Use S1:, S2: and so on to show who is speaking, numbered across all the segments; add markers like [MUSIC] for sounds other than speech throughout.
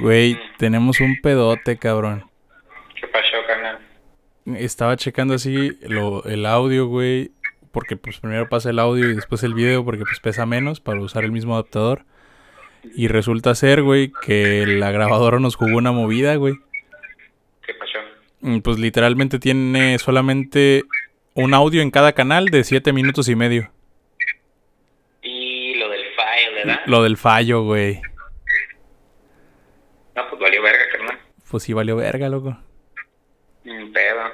S1: Güey, tenemos un pedote, cabrón.
S2: ¿Qué pasó, carnal?
S1: Estaba checando así lo, el audio, güey. Porque pues primero pasa el audio y después el video porque pues pesa menos para usar el mismo adaptador. Y resulta ser, güey, que la grabadora nos jugó una movida, güey.
S2: ¿Qué pasó?
S1: Mm, Pues literalmente tiene solamente un audio en cada canal de 7 minutos y medio.
S2: Y lo del file, ¿verdad?
S1: Lo del fallo, güey.
S2: No, pues valió verga, carnal.
S1: Pues sí valió verga, loco.
S2: Ni pedo.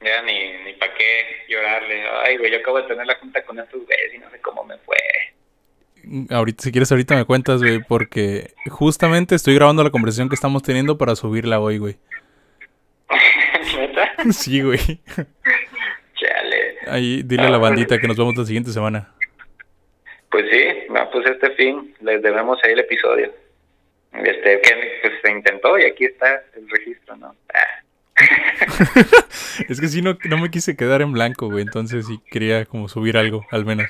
S2: Ya ni, ni pa' qué llorarle. Ay, güey, yo acabo de tener la junta con estos güeyes y no sé cómo me fue. [LAUGHS]
S1: Ahorita, si quieres, ahorita me cuentas, güey, porque justamente estoy grabando la conversación que estamos teniendo para subirla hoy, güey.
S2: ¿Neta?
S1: [LAUGHS] Sí, güey.
S2: Chale.
S1: Ahí, dile a la bandita que nos vemos la siguiente semana.
S2: Pues sí, no, pues este fin les debemos ahí el episodio. Este, que pues, se intentó y aquí está el registro, ¿no? Ah,
S1: Es que sí, no, no me quise quedar en blanco, güey, entonces sí quería como subir algo, al menos.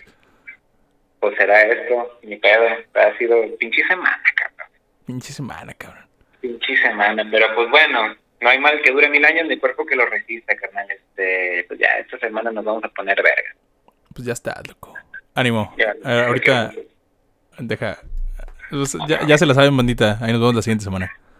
S2: pues será esto, ni pedo. Ha sido pinche semana, cabrón.
S1: Pinche semana, cabrón.
S2: Pinche semana, pero pues bueno, no hay mal que dure mil años ni cuerpo que lo resista, carnal. Este, pues ya, esta semana nos vamos a poner verga.
S1: Pues ya está, loco. Ánimo.
S2: Ya,
S1: Eh, ahorita, deja. pues ya, ya se la saben, bandita. Ahí nos vemos la siguiente semana.